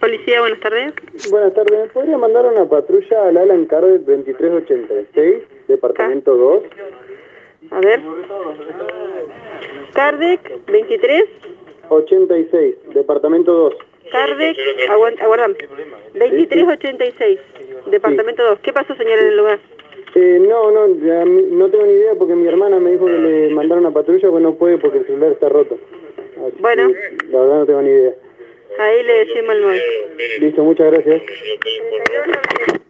Policía, buenas tardes. Buenas tardes, ¿me podría mandar una patrulla al Alan Carver 2386, departamento 2? A ver. Kardec, 23. 86, departamento 2. Kardec, aguant- aguardame. 2386, departamento 2. ¿Qué pasó, señora, en el lugar? Eh, no, no, ya m- no tengo ni idea porque mi hermana me dijo que le mandaron una patrulla, pues no puede porque el celular está roto. Así que, Bueno. La verdad no tengo ni idea. Ahí le decimos el 9. Listo, muchas gracias.